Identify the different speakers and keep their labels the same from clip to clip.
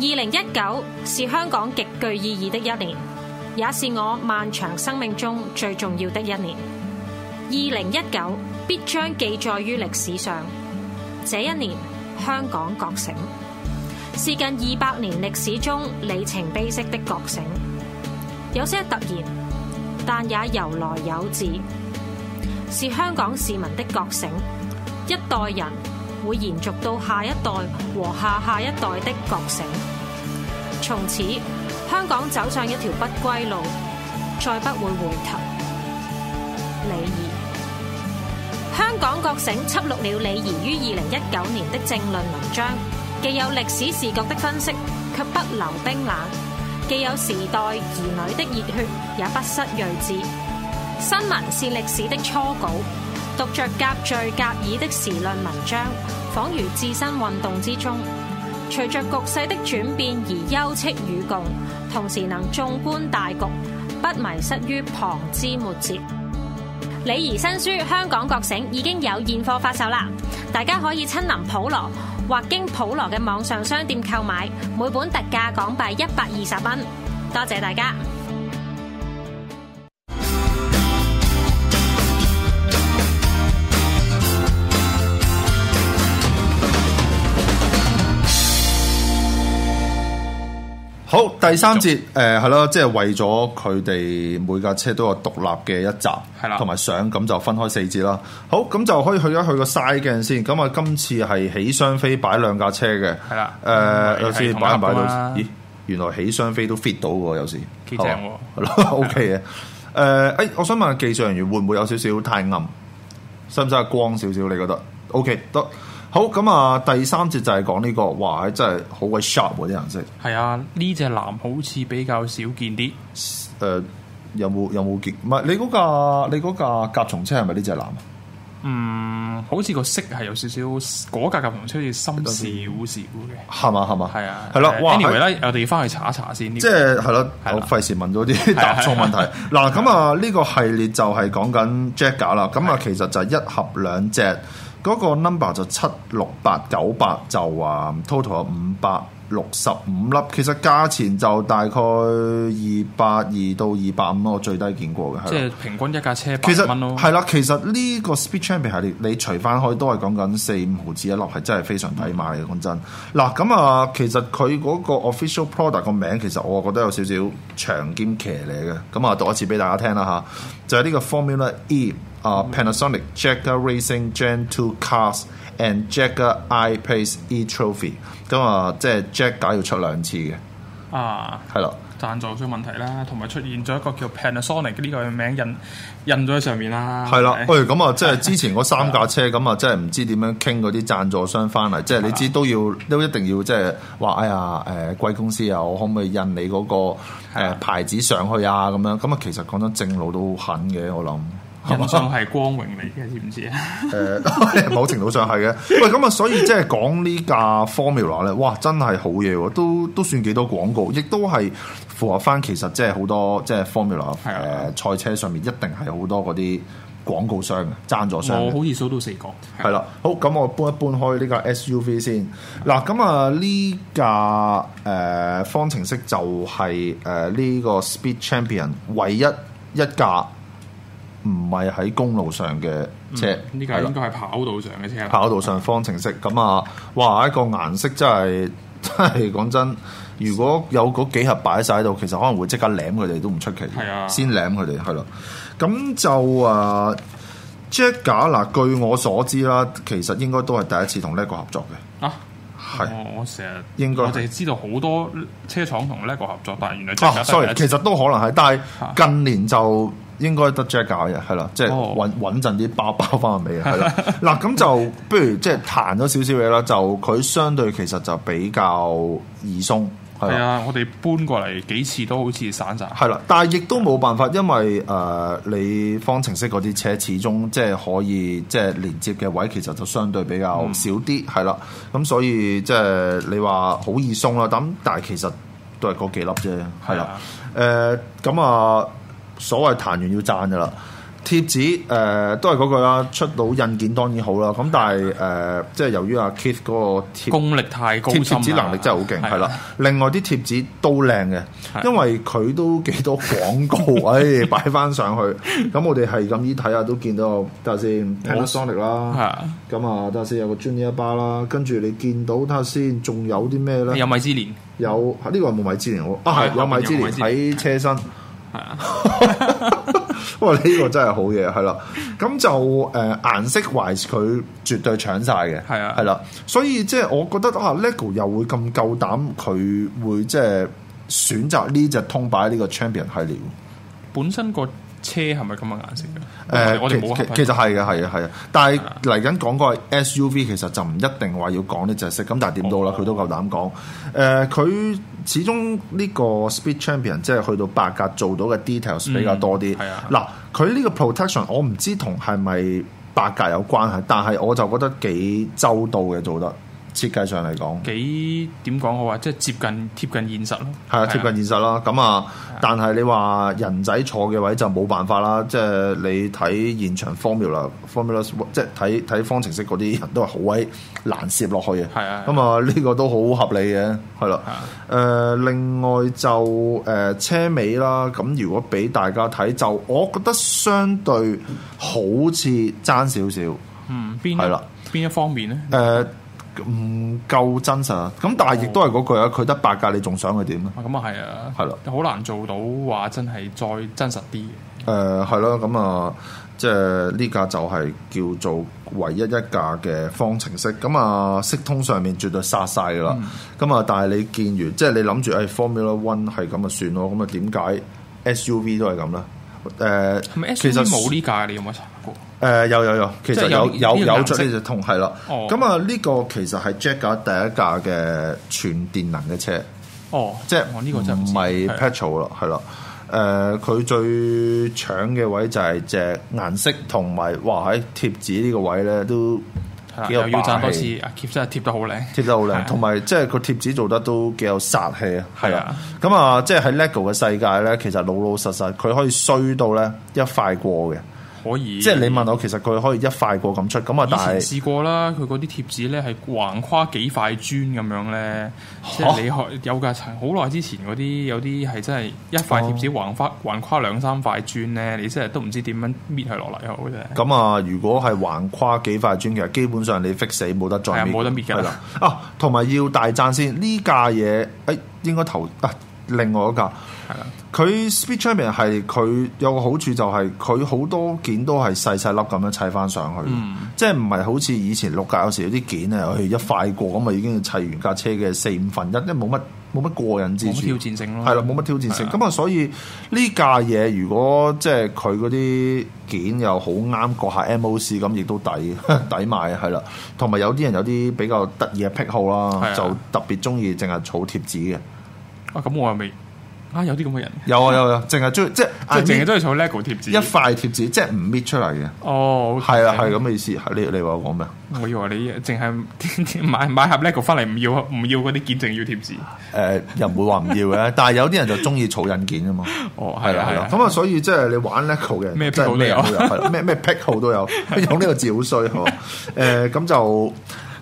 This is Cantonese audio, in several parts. Speaker 1: 二零一九是香港極具意義的一年，也是我漫長生命中最重要的一年。二零一九必將記載於歷史上。這一年，香港覺醒，是近二百年歷史中里程碑式的覺醒，有些突然，但也由來有自，是香港市民的覺醒，一代人會延續到下一代和下下一代的覺醒。從此，香港走上一條不歸路，再不會回頭。李怡，香港覺醒輯錄了李怡於二零一九年的政論文章，既有歷史視角的分析，卻不留冰冷；既有時代兒女的熱血，也不失睿智。新聞是歷史的初稿，讀着夾敘夾議的時論文章，仿如置身運動之中。隨着局勢的轉變而休戚與共，同時能縱觀大局，不迷失於旁枝末節。李怡新書《香港覺醒》已經有現貨發售啦，大家可以親臨普羅或經普羅嘅網上商店購買，每本特價港幣一百二十蚊。多謝大家！
Speaker 2: 好，第三節誒係咯，即係為咗佢哋每架車都有獨立嘅一集，
Speaker 3: 係啦
Speaker 2: 同埋相咁就分開四節啦。好，咁就可以去咗去個 side 鏡先。咁啊，今次係起雙飛擺兩架車嘅，
Speaker 3: 係啦
Speaker 2: 誒
Speaker 3: 係
Speaker 2: 有時
Speaker 3: 係
Speaker 2: 擺唔擺到
Speaker 3: 同一盒㗎嘛？
Speaker 2: 咦，原來起雙飛都 fit 到喎，有時
Speaker 3: 幾正喎
Speaker 2: 係咯 ，OK 嘅。誒、誒，我想問下技術人員會唔會有少少太暗？使唔使係光少少？你覺得？OK 得。好咁啊！第三節就係講呢個，哇！真係好鬼 sharp 喎啲顏色。
Speaker 3: 係啊，呢只藍好似比較少見啲，
Speaker 2: 誒、呃有冇有冇結？唔係你嗰架你嗰架甲蟲車係咪呢只藍啊？
Speaker 3: 嗯，好似個色係有少少，嗰架甲紅車好似深少少嘅，
Speaker 2: 係嘛係嘛？
Speaker 3: 係啊，
Speaker 2: 係啦，哇！
Speaker 3: anyway 咧，我哋翻去查一查先，呢
Speaker 2: 即係係啦，
Speaker 3: 係啦啊
Speaker 2: 我費事問咗啲 答錯問題。嗱咁啊，呢個系列就係講緊 Jack 啦。咁啊，其實就係一盒兩隻，嗰個 number 就七六八九八，就話 total 有五百六十五粒。其實價錢就大概二百二到二百五，我最低見過嘅。係啦
Speaker 3: 即係平均一架車
Speaker 2: 其實
Speaker 3: 百蚊咯，
Speaker 2: 係啦，其實呢個 Speed Champion 系列，你除翻開都係講緊四五毫子一粒，係真係非常抵買嘅。講真，嗱咁啊，其實佢嗰個 official product 個名，其實我覺得有少少長兼騎呢嘅。咁啊，讀一次俾大家聽啦吓，就係、呢個 Formula E 啊、Panasonic Jaguar Racing Gen Two Cars and Jaguar I Pace E Trophy。咁啊，即係 Jaguar 要出兩次嘅，
Speaker 3: 啊。
Speaker 2: 係啦。
Speaker 3: 贊助商問題啦，同埋出現咗一個叫 Panasonic 呢個名印印咗喺上面啦。
Speaker 2: 係啦，
Speaker 3: 係
Speaker 2: 喂，咁啊，即係之前嗰三架車，咁啊，真係唔知點樣傾嗰啲贊助商翻嚟，即係你啊知都要都一定要即係話，哎呀，誒貴公司啊，我可唔可以印你嗰個誒牌子上去啊？咁樣，咁啊，其實講真，正路都好狠嘅，我諗。
Speaker 3: 印上係光榮嚟嘅，知唔 知啊？
Speaker 2: 誒，某程度上係嘅。喂，咁啊，所以即係講呢架 Formula 咧，哇，真係好嘢喎，都都算幾多廣告，亦都係符合翻其實即係好多即係 Formula
Speaker 3: 係啊
Speaker 2: 誒賽車上面一定係好多嗰啲廣告商嘅贊助商嘅。
Speaker 3: 我好似數到四個，
Speaker 2: 係啦，好咁我搬一搬開呢架 SUV 先。嗱，咁啊呢架誒、呃方程式就係誒呢個 Speed Champion 唯一一架唔係喺公路上嘅車，
Speaker 3: 呢
Speaker 2: 係
Speaker 3: 架
Speaker 2: 啦
Speaker 3: 應該係跑道上嘅車啦。
Speaker 2: 跑道上方程式咁啊，哇！一個顏色真係真係講真，如果有嗰幾盒擺晒喺度，其實可能會即刻舐佢哋都唔出奇。
Speaker 3: 係啊
Speaker 2: 先舐佢哋係咯。咁就啊 Jack 嗱，據我所知啦，其實應該都係第一次同 LEGO 合作嘅，
Speaker 3: 啊！
Speaker 2: 係。
Speaker 3: 我我成日
Speaker 2: 應該係
Speaker 3: 我哋知道好多車廠同 LEGO 合作，但係原來真
Speaker 2: 啊
Speaker 3: 係
Speaker 2: ，sorry，其實都可能係，
Speaker 3: 啊
Speaker 2: 但係近年就應該得 Jack 嘅，係啦，即係
Speaker 3: 哦
Speaker 2: 穩穩陣啲包 包翻去尾係 啦。嗱，咁就不如即係彈咗少少嘢啦，就佢相對其實就比較易鬆，係
Speaker 3: 係
Speaker 2: 啦。
Speaker 3: 啊，我哋搬過嚟幾次都好似散晒。
Speaker 2: 係啦，但係亦都冇辦法，因為誒、呃你方程式嗰啲車始終即係可以即係連接嘅位，其實就相對比較
Speaker 3: 嗯
Speaker 2: 少啲，係啦、咁所以即係你話好易鬆啦，咁但係其實都係嗰幾粒啫，係
Speaker 3: 係
Speaker 2: 啦
Speaker 3: 啊。
Speaker 2: 誒咁啊，所謂彈完要讚噶啦。貼紙誒、呃都係嗰句啦，出到印件當然好啦。咁但係誒、呃即係由於阿 Keith 嗰個貼
Speaker 3: 功力太高啊
Speaker 2: 貼
Speaker 3: 深
Speaker 2: 貼紙能力真係好勁，係啦。。另外啲貼紙都靚嘅，
Speaker 3: 係
Speaker 2: 因為佢都幾多廣告，唉，擺翻上 去。咁我哋係咁依睇下都見到，睇下先 Panasonic
Speaker 3: 係
Speaker 2: 啦，
Speaker 3: 啊，
Speaker 2: 咁啊睇下先有個 Junior Bar 啦，跟住你見到睇下先，仲有啲咩咧？
Speaker 3: 有米芝蓮
Speaker 2: 有呢、個係冇米芝蓮喎，啊係
Speaker 3: 係
Speaker 2: 有米芝
Speaker 3: 有
Speaker 2: 蓮
Speaker 3: 米芝蓮
Speaker 2: 喺車身。
Speaker 3: 係啊，
Speaker 2: 哇！呢、個真係好嘢，係啦。咁就誒、呃、顏色 wise 佢絕對搶晒嘅，
Speaker 3: 係啊
Speaker 2: 係啦。所以即係我覺得啊，LEGO 又會咁夠膽，佢會即係選擇呢只通擺呢個 champion 系列。
Speaker 3: 本身個車係咪咁嘅顏色嘅？
Speaker 2: 誒、
Speaker 3: 我
Speaker 2: 呃其
Speaker 3: 哋冇啊合
Speaker 2: 其
Speaker 3: 拍
Speaker 2: 其實係嘅，係嘅，係嘅。但
Speaker 3: 啊
Speaker 2: 係嚟緊講嗰個 SUV 其實就唔一定話要講呢隻色，咁但係點到啦，
Speaker 3: 哦
Speaker 2: 佢都夠膽講。誒、呃佢始終呢個 Speed Champion 即係去到八格做到嘅 details
Speaker 3: 嗯
Speaker 2: 比較多啲。
Speaker 3: 係啊
Speaker 2: 嗱、佢呢個 protection 我唔知同係咪八格有關係，但係我就覺得幾周到嘅做得設計上嚟講。
Speaker 3: 幾點講好啊？即係接近貼近現實咯。
Speaker 2: 係啊，貼近現實啦。咁啊，但係你話人仔坐嘅位就冇辦法啦。即係你睇現場 formula，formula 即係睇睇方程式嗰啲人都係好鬼難攝落去嘅。
Speaker 3: 係啊
Speaker 2: 咁啊，呢個都好合理嘅，係啦。
Speaker 3: 係啊
Speaker 2: 誒、另外就誒、車尾啦。咁如果俾大家睇，就我覺得相對好似爭少少。
Speaker 3: 嗯，邊
Speaker 2: 係啦
Speaker 3: 邊一方面咧？
Speaker 2: 誒唔夠真實啊！咁但係亦都係嗰句啊，佢得八格，你仲想佢點啊？
Speaker 3: 啊咁啊係啊，
Speaker 2: 係啦
Speaker 3: 好難做到話真係再真實啲嘅。
Speaker 2: 誒係咯，咁啊、即係呢架就係叫做唯一一架嘅方程式，咁啊，色通上面絕對殺晒㗎啦。
Speaker 3: 嗯
Speaker 2: 咁啊、但係你見完，即係你諗住誒 Formula One 係咁就算咯，咁啊點解 SUV 都係咁咧？誒、
Speaker 3: 係咪 S
Speaker 2: 其
Speaker 3: U
Speaker 2: 實
Speaker 3: V 冇呢架？你有冇查過？
Speaker 2: 誒、有有有，其
Speaker 3: 即
Speaker 2: 實
Speaker 3: 係
Speaker 2: 有
Speaker 3: 有
Speaker 2: 有
Speaker 3: 呢
Speaker 2: 有
Speaker 3: 個藍
Speaker 2: 着
Speaker 3: 色
Speaker 2: 呢隻通係啦。
Speaker 3: 哦
Speaker 2: 咁啊、呢個其實係 Jack 架第一架嘅全電能嘅車。
Speaker 3: 哦，
Speaker 2: 即係
Speaker 3: 我呢個真係
Speaker 2: 唔
Speaker 3: 知
Speaker 2: 係
Speaker 3: 係
Speaker 2: petrol 啦，係啦。誒、佢最搶嘅位就係隻顏色同埋，哇喺貼紙呢個位咧都
Speaker 3: 係啦
Speaker 2: 幾有
Speaker 3: 又要讚
Speaker 2: 霸
Speaker 3: 多
Speaker 2: 氣
Speaker 3: 次，阿 Keep 真係貼得好靚。
Speaker 2: 貼得好靚，
Speaker 3: 係啊
Speaker 2: 同埋即係個貼紙做得都幾有殺氣啊！
Speaker 3: 係啊
Speaker 2: 啦，咁啊，即係喺 LEGO 嘅世界咧，其實老老實實佢可以衰到咧一塊過嘅，
Speaker 3: 可以。
Speaker 2: 即係你問我，其實佢可以一塊過咁出，咁啊，
Speaker 3: 以
Speaker 2: 但係
Speaker 3: 前試過啦，佢嗰啲貼紙咧係橫跨幾塊磚咁樣咧，即係你可有架好耐之前嗰啲有啲係真係一塊貼紙橫跨橫跨兩三塊磚咧，你真係都唔知點樣搣佢落嚟好嘅。
Speaker 2: 咁啊，如果係橫跨幾塊磚，其實基本上你 fix 死冇得再
Speaker 3: 係啊
Speaker 2: 搣，
Speaker 3: 冇得搣㗎
Speaker 2: 係啦。啊，同埋要大讚先，呢架嘢誒應該投啊，另外嗰架
Speaker 3: 係啦，
Speaker 2: 佢 Speed Champion 係佢有個好處就係佢好多件都係細細粒咁樣砌翻上去，
Speaker 3: 嗯
Speaker 2: 即係唔係好似以前六架有時有啲件啊，去一塊過咁啊已經要砌完架車嘅四五分一，因為冇乜冇乜過癮之
Speaker 3: 冇
Speaker 2: 處
Speaker 3: 乜挑。戰性咯。
Speaker 2: 係啦，冇乜挑戰性。咁啊，所以呢架嘢如果即係佢嗰啲件又好啱過下 MOC，咁亦都抵 抵買係啦。同埋有啲人有啲比較得意嘅癖好啦，
Speaker 3: 啊
Speaker 2: 就特別中意淨係儲貼紙嘅。
Speaker 3: 啊，咁我又未啊，有啲咁嘅人，
Speaker 2: 有啊有啊，淨係中意即係
Speaker 3: 即係淨係
Speaker 2: 係
Speaker 3: 都係做 lego 貼紙。
Speaker 2: 一塊貼紙，即係唔搣出嚟嘅。
Speaker 3: 哦，
Speaker 2: 係啦，係咁。嘅意思。你你話我講咩？
Speaker 3: 我以為你淨係 買買盒 lego 翻嚟，唔要唔要嗰啲見證要貼紙。
Speaker 2: 誒、又唔會話唔要嘅，但係有啲人就中意儲印件啊嘛。
Speaker 3: 哦，
Speaker 2: 係啦
Speaker 3: 係啦
Speaker 2: 係
Speaker 3: 係
Speaker 2: 啦
Speaker 3: 啦，。
Speaker 2: 咁啊，所以即係你玩 LEGO 嘅，
Speaker 3: 咩
Speaker 2: 即係
Speaker 3: pick 號都有
Speaker 2: 咩係啦咩咩 pick 號都有，用呢個字好衰嗬。誒咁就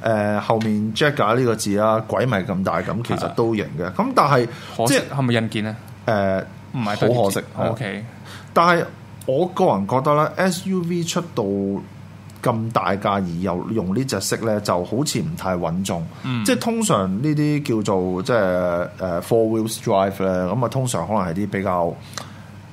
Speaker 2: 誒後面 Jagger 呢個字啦，鬼迷咁大咁，其實都型嘅。咁但係
Speaker 3: 啊可
Speaker 2: 即
Speaker 3: 惜
Speaker 2: 係
Speaker 3: 係咪印件啊？
Speaker 2: 誒
Speaker 3: 唔係
Speaker 2: 好可惜。啊
Speaker 3: O K，
Speaker 2: 但係我個人覺得咧，SUV 出到咁大架而又用呢隻色咧，就好似唔太穩重。
Speaker 3: 嗯
Speaker 2: 即係通常呢啲叫做即係誒 four wheels drive 咧，咁啊通常可能係啲比較。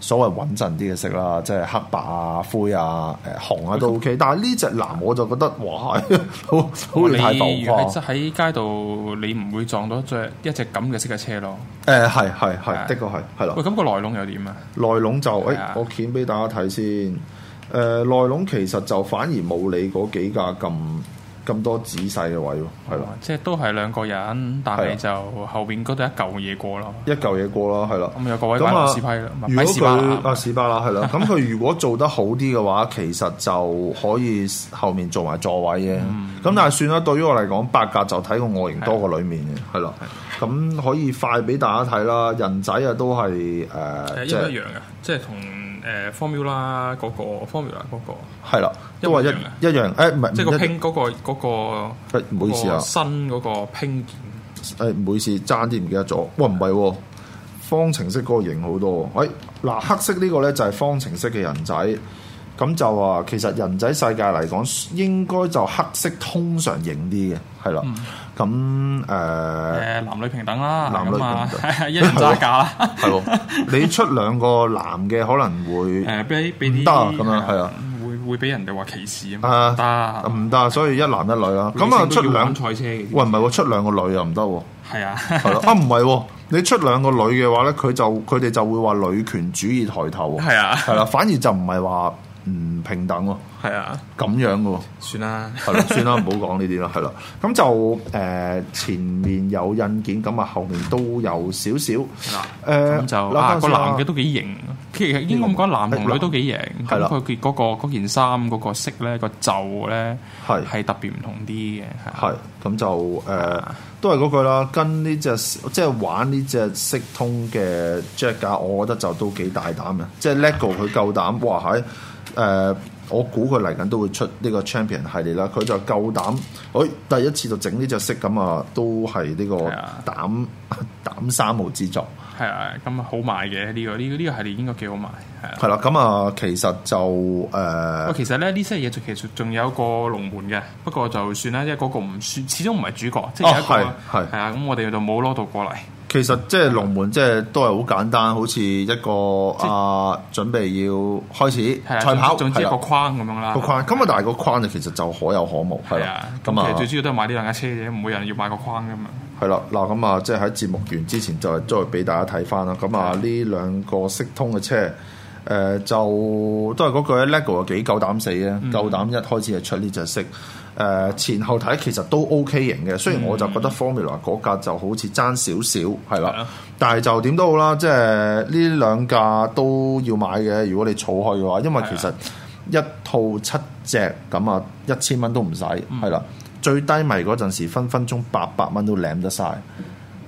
Speaker 2: 所謂穩陣啲嘅色啦，即係黑白啊、灰啊、誒、紅啊
Speaker 3: 嗯
Speaker 2: 都 OK，但係呢隻藍我就覺得哇， 好好似太浮
Speaker 3: 你如果
Speaker 2: 誇。
Speaker 3: 喺街度，你唔會撞到一隻一隻咁嘅色嘅車咯。
Speaker 2: 誒係係
Speaker 3: 係
Speaker 2: 係，
Speaker 3: 啊
Speaker 2: 的確係係啦
Speaker 3: 喂，。咁個內籠又點啊？
Speaker 2: 內籠就誒、
Speaker 3: 係啊
Speaker 2: 我掀俾大家睇先。誒、內籠其實就反而冇你嗰幾架咁咁多仔細嘅位喎，係啦，
Speaker 3: 即係都係兩個人，但
Speaker 2: 係啊
Speaker 3: 係就後邊嗰度一嚿嘢過咯。
Speaker 2: 一嚿嘢過啦，係啦。
Speaker 3: 咁有個位
Speaker 2: 咁
Speaker 3: 擺
Speaker 2: 啊
Speaker 3: 螺絲批啦，唔係
Speaker 2: 如果
Speaker 3: 擺士巴拿
Speaker 2: 佢啊士巴拿係 啦，咁佢如果做得好啲嘅話，其實就可以後面做埋座位嘅。咁、
Speaker 3: 嗯
Speaker 2: 但係算啦，對於我嚟講，八格就睇個外形多過裡面嘅，係啦。咁可以快俾大家睇啦，人仔啊都係誒，
Speaker 3: 誒
Speaker 2: 即
Speaker 3: 一模
Speaker 2: 係
Speaker 3: 一樣嘅，即係同誒 formula 嗰個 formula 嗰個，
Speaker 2: 係啦，都話一
Speaker 3: 一模一樣啊
Speaker 2: 一樣，誒唔係
Speaker 3: 即係個
Speaker 2: 嗯唔一
Speaker 3: 拼嗰個嗰個
Speaker 2: 誒唔好意思啊
Speaker 3: 嗰個新嗰個拼件。
Speaker 2: 誒哎唔好意思，爭啲唔記得咗。哇，唔係喎，方程式嗰個型好多喎。誒、哎嗱，黑色呢個咧就係方程式嘅人仔。咁就話其實人仔世界嚟講，應該就黑色通常型啲嘅，係
Speaker 3: 嗯
Speaker 2: 啦。咁呃誒、
Speaker 3: 誒男女平等啦，
Speaker 2: 男女
Speaker 3: 咁啊
Speaker 2: 平
Speaker 3: 一人揸架啦，
Speaker 2: 係喎， 你出兩個男嘅可能會
Speaker 3: 誒俾俾啲
Speaker 2: 唔得啊咁樣係啊，
Speaker 3: 會會俾人哋話歧視啊嘛，
Speaker 2: 啊
Speaker 3: 唔得，
Speaker 2: 唔得，所以一男一女啦。咁啊，出兩
Speaker 3: 玩賽車嘅，
Speaker 2: 喂唔係喎，出兩個女又唔得喎。
Speaker 3: 係啊，
Speaker 2: 係咯，啊唔係喎，你出兩個女嘅話咧，佢就佢哋就會話女權主義抬頭喎。
Speaker 3: 係啊
Speaker 2: 係啦，反而就唔係話唔平等喎，
Speaker 3: 係啊，
Speaker 2: 咁樣嘅喎。
Speaker 3: 算啦，
Speaker 2: 係 啦，算啦，唔好講呢啲啦，係啦。咁就誒、呃前面有印件，咁啊後面都有少少誒
Speaker 3: 嗱。咁就
Speaker 2: 嗱
Speaker 3: 啊個男
Speaker 2: 等陣
Speaker 3: 嘅
Speaker 2: 先啊
Speaker 3: 都幾型，其實應該咁講，男同女都幾型。
Speaker 2: 係
Speaker 3: 咁
Speaker 2: 啦
Speaker 3: 佢佢嗰個嗰件衫嗰個色咧個袖咧
Speaker 2: 係
Speaker 3: 係特別唔同啲嘅，係啊
Speaker 2: 係咁就誒、呃都係嗰句啦。跟呢只即係玩呢只色通嘅 Jack 架，我覺得就都幾大膽嘅。即係 LEGO 佢夠膽，哇喺誒、呃我估佢嚟緊都會出呢個 Champion 系列啦。佢就夠膽，我、第一次就整呢只色咁啊，都係呢
Speaker 3: 係啊
Speaker 2: 個膽膽三毛之作。
Speaker 3: 係啊，咁啊好賣嘅呢個呢個呢個系列應該幾好賣，係啊。
Speaker 2: 係啦，咁啊，其實就誒。呃
Speaker 3: 喂，其實咧呢些嘢就其實仲有一個龍門嘅，不過就算啦，因為嗰個唔算，始終唔係主角，即係有一個
Speaker 2: 哦係係
Speaker 3: 係啊，咁我哋就冇攞到過嚟，
Speaker 2: 其實即係龍門，即係都係好簡單，好似一個
Speaker 3: 即
Speaker 2: 啊準備要開始
Speaker 3: 係啊
Speaker 2: 賽跑，
Speaker 3: 總之總之一
Speaker 2: 係
Speaker 3: 個
Speaker 2: 啦
Speaker 3: 框咁樣啦，
Speaker 2: 個框。咁啊，但係個框就其實就可有可無，係
Speaker 3: 係
Speaker 2: 啦
Speaker 3: 啊。，
Speaker 2: 咁
Speaker 3: 咁其實
Speaker 2: 啊
Speaker 3: 最，主要都係買呢兩架車嘅，唔會有人要買個框噶嘛，
Speaker 2: 係啦。嗱，咁啊，即係喺節目完之前就再俾大家睇翻啦。咁啊，呢兩個色通嘅車。誒、就都係嗰句咧，LEGO 又幾夠膽死嘅，
Speaker 3: 嗯
Speaker 2: 夠膽一開始就出呢只色。誒、前後睇其實都 OK 型嘅，雖然我就覺得 Formula 嗰架就好似爭少少，係
Speaker 3: 係
Speaker 2: 啦
Speaker 3: 啊。
Speaker 2: 但係就點都好啦，即係呢兩架都要買嘅。如果你儲開嘅話，因為其實一套七隻咁啊，一千蚊都唔使，係啦、最低迷嗰陣時，分分鐘八百蚊都舐得晒。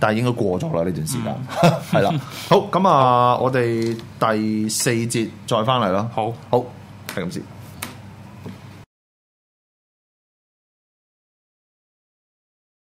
Speaker 2: 但係應該過咗啦呢段時間， 係啦、好，咁啊，我哋第四節再翻嚟啦。
Speaker 3: 好。
Speaker 2: 好，係咁先。